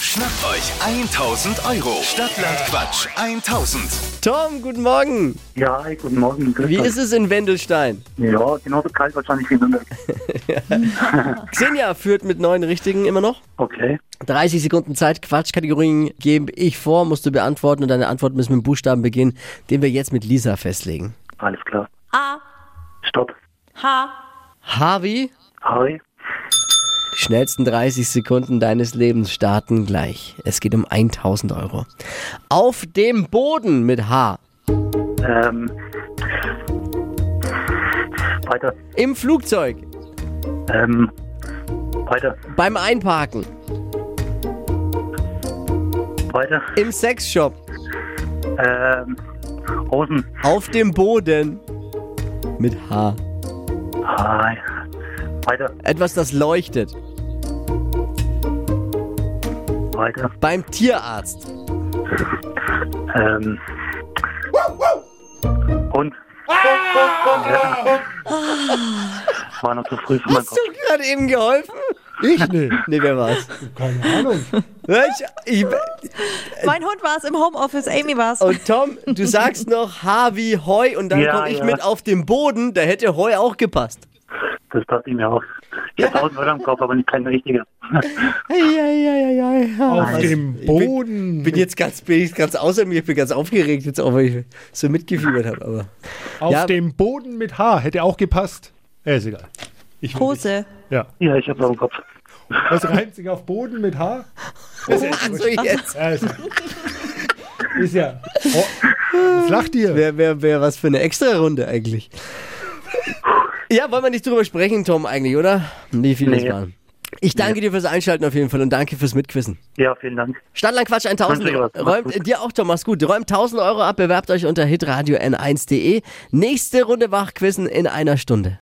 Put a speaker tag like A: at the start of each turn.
A: Schnappt euch 1000 Euro. Stadtland Quatsch 1000.
B: Tom, guten Morgen.
C: Ja, hi, guten Morgen. grüß
B: Wie
C: euch.
B: ist es in Wendelstein?
C: Ja, genauso kalt wahrscheinlich wie in Nürnberg.
B: Xenia führt mit neun Richtigen immer noch.
C: Okay.
B: 30 Sekunden Zeit, Quatschkategorien gebe ich vor, musst du beantworten und deine Antworten müssen mit dem Buchstaben beginnen, den wir jetzt mit Lisa festlegen.
C: Alles klar.
D: A,
C: Stopp.
D: H,
B: Harvey,
C: Harry.
B: die schnellsten 30 Sekunden deines Lebens starten gleich. Es geht um 1000 Euro. Auf dem Boden mit H.
C: Ähm. Weiter.
B: Im Flugzeug.
C: Ähm. Weiter.
B: Beim Einparken.
C: Weiter.
B: Im Sexshop.
C: Ähm. Hosen.
B: Auf dem Boden. Mit H.
C: Hi. Weiter.
B: Etwas, das leuchtet.
C: Weiter.
B: Beim Tierarzt.
C: Ähm. Und.
B: Ah.
C: Ja. War noch zu früh für meinen Kopf.
B: Hast du gerade eben geholfen? Ich nicht. Nee, wer war's? Keine Ahnung. Ich, ich,
D: mein Hund war es im Homeoffice, Amy war es.
B: und Tom, du sagst noch H wie Heu und dann
C: Ja,
B: komme ich
C: ja.
B: mit auf den Boden, da hätte Heu auch gepasst.
C: Das dachte ich mir auch. Ich habe tausend Euro im Kopf, aber kein richtiger.
E: Auf dem
B: Ich
E: Boden.
B: bin jetzt ganz, bin ich ganz außer mir, ich bin ganz aufgeregt jetzt auch, weil ich so mitgefiebert habe. Aber
E: auf
B: Ja.
E: dem Boden mit H. Hätte auch gepasst. Äh, ist egal. Ich will
D: Hose.
E: Nicht. Ja.
C: Ja, ich habe auch im Kopf.
E: Was reimt sich auf Boden mit H? Ist ja,
B: also jetzt,
E: ja, ist, ist ja. Oh, was lacht ihr?
B: wer, wer, wer was für eine extra Runde eigentlich? Ja, wollen wir nicht drüber sprechen, Tom, eigentlich, oder? Wie viele es
C: Nee.
B: waren. Ich danke dir fürs Einschalten auf jeden Fall und danke fürs Mitquissen.
C: Ja, vielen Dank.
B: Stadtlandquatsch 1000
C: Danke, Thomas.
B: räumt äh, dir auch Thomas gut. Räumt 1000 Euro ab, bewerbt euch unter hitradio n1.de. Nächste Runde Wachquissen in einer Stunde.